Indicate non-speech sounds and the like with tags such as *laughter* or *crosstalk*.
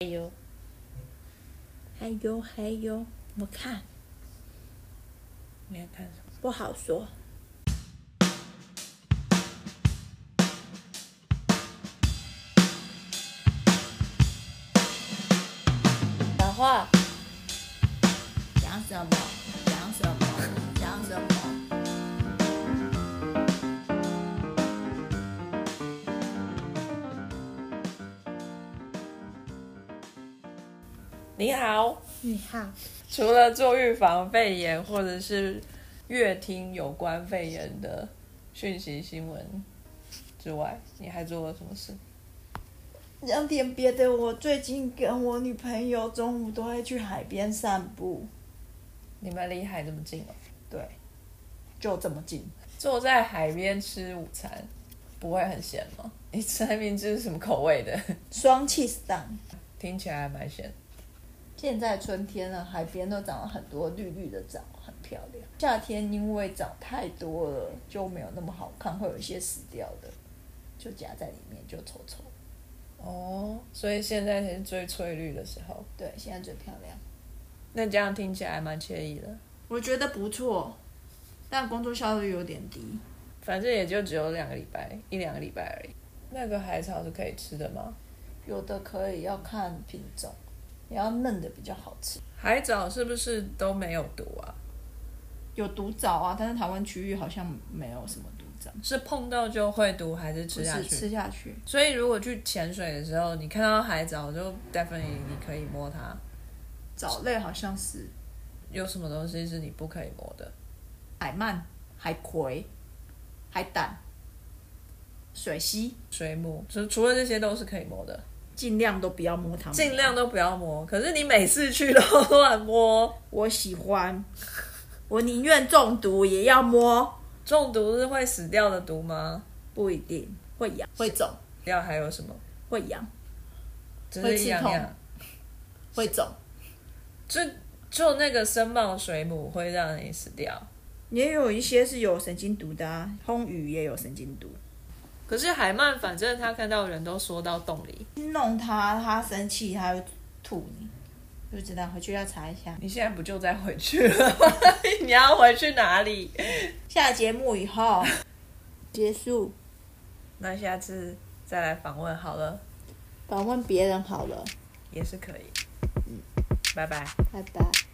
还有，还有还有，我看你要看什么？不好说。讲话，讲什么？讲什么？讲什么？你好。你好，除了做预防肺炎或者是阅听有关肺炎的讯息新闻之外，你还做了什么事？讲点别的。我最近跟我女朋友中午都会去海边散步，你们离海这么近哦，对，就这么近。坐在海边吃午餐，不会很咸吗？ *laughs* 你吃三明治是什么口味的？ *laughs* 双 cheese 蛋。听起来还蛮咸。现在春天了，海边都长了很多绿绿的藻，很漂亮。夏天因为藻太多了，就没有那么好看，会有一些死掉的，就夹在里面就丑丑。哦，所以现在才是最翠绿的时候。对，现在最漂亮。那这样听起来还蛮惬意的，我觉得不错，但工作效率有点低。反正也就只有两个礼拜，一两个礼拜而已。那个海草是可以吃的吗？有的可以要看品种，你要嫩的比较好吃。海藻是不是都没有毒啊？有毒藻啊，但是台湾区域好像没有什么毒藻，是碰到就会毒，还是吃不下是去？吃下去。所以如果去潜水的时候，你看到海藻，就 definitely 你可以摸它。藻类好像是有什么东西是你不可以摸的？海鳗、海葵、海胆、水螅，水母，除除了这些都是可以摸的，尽量都不要摸它们。尽量都不要摸。可是你每次去都乱摸，我喜欢，我宁愿中毒也要摸，中毒是会死掉的毒吗？不一定会痒，会肿，要还有什么？会痒，只会是刺痒痛痒，会肿。就就那个深茂水母会让你死掉。也有一些是有神经毒的啊，烘鱼也有神经毒。可是海鳗，反正它看到人都缩到洞里。弄它，它生气，它会吐你，不知道回去要查一下。你现在不就再回去了 *laughs* 吗？你要回去哪里？下节目以后结束，那下次再来访问好了，访问别人好了，嗯也是可以。拜拜。拜拜。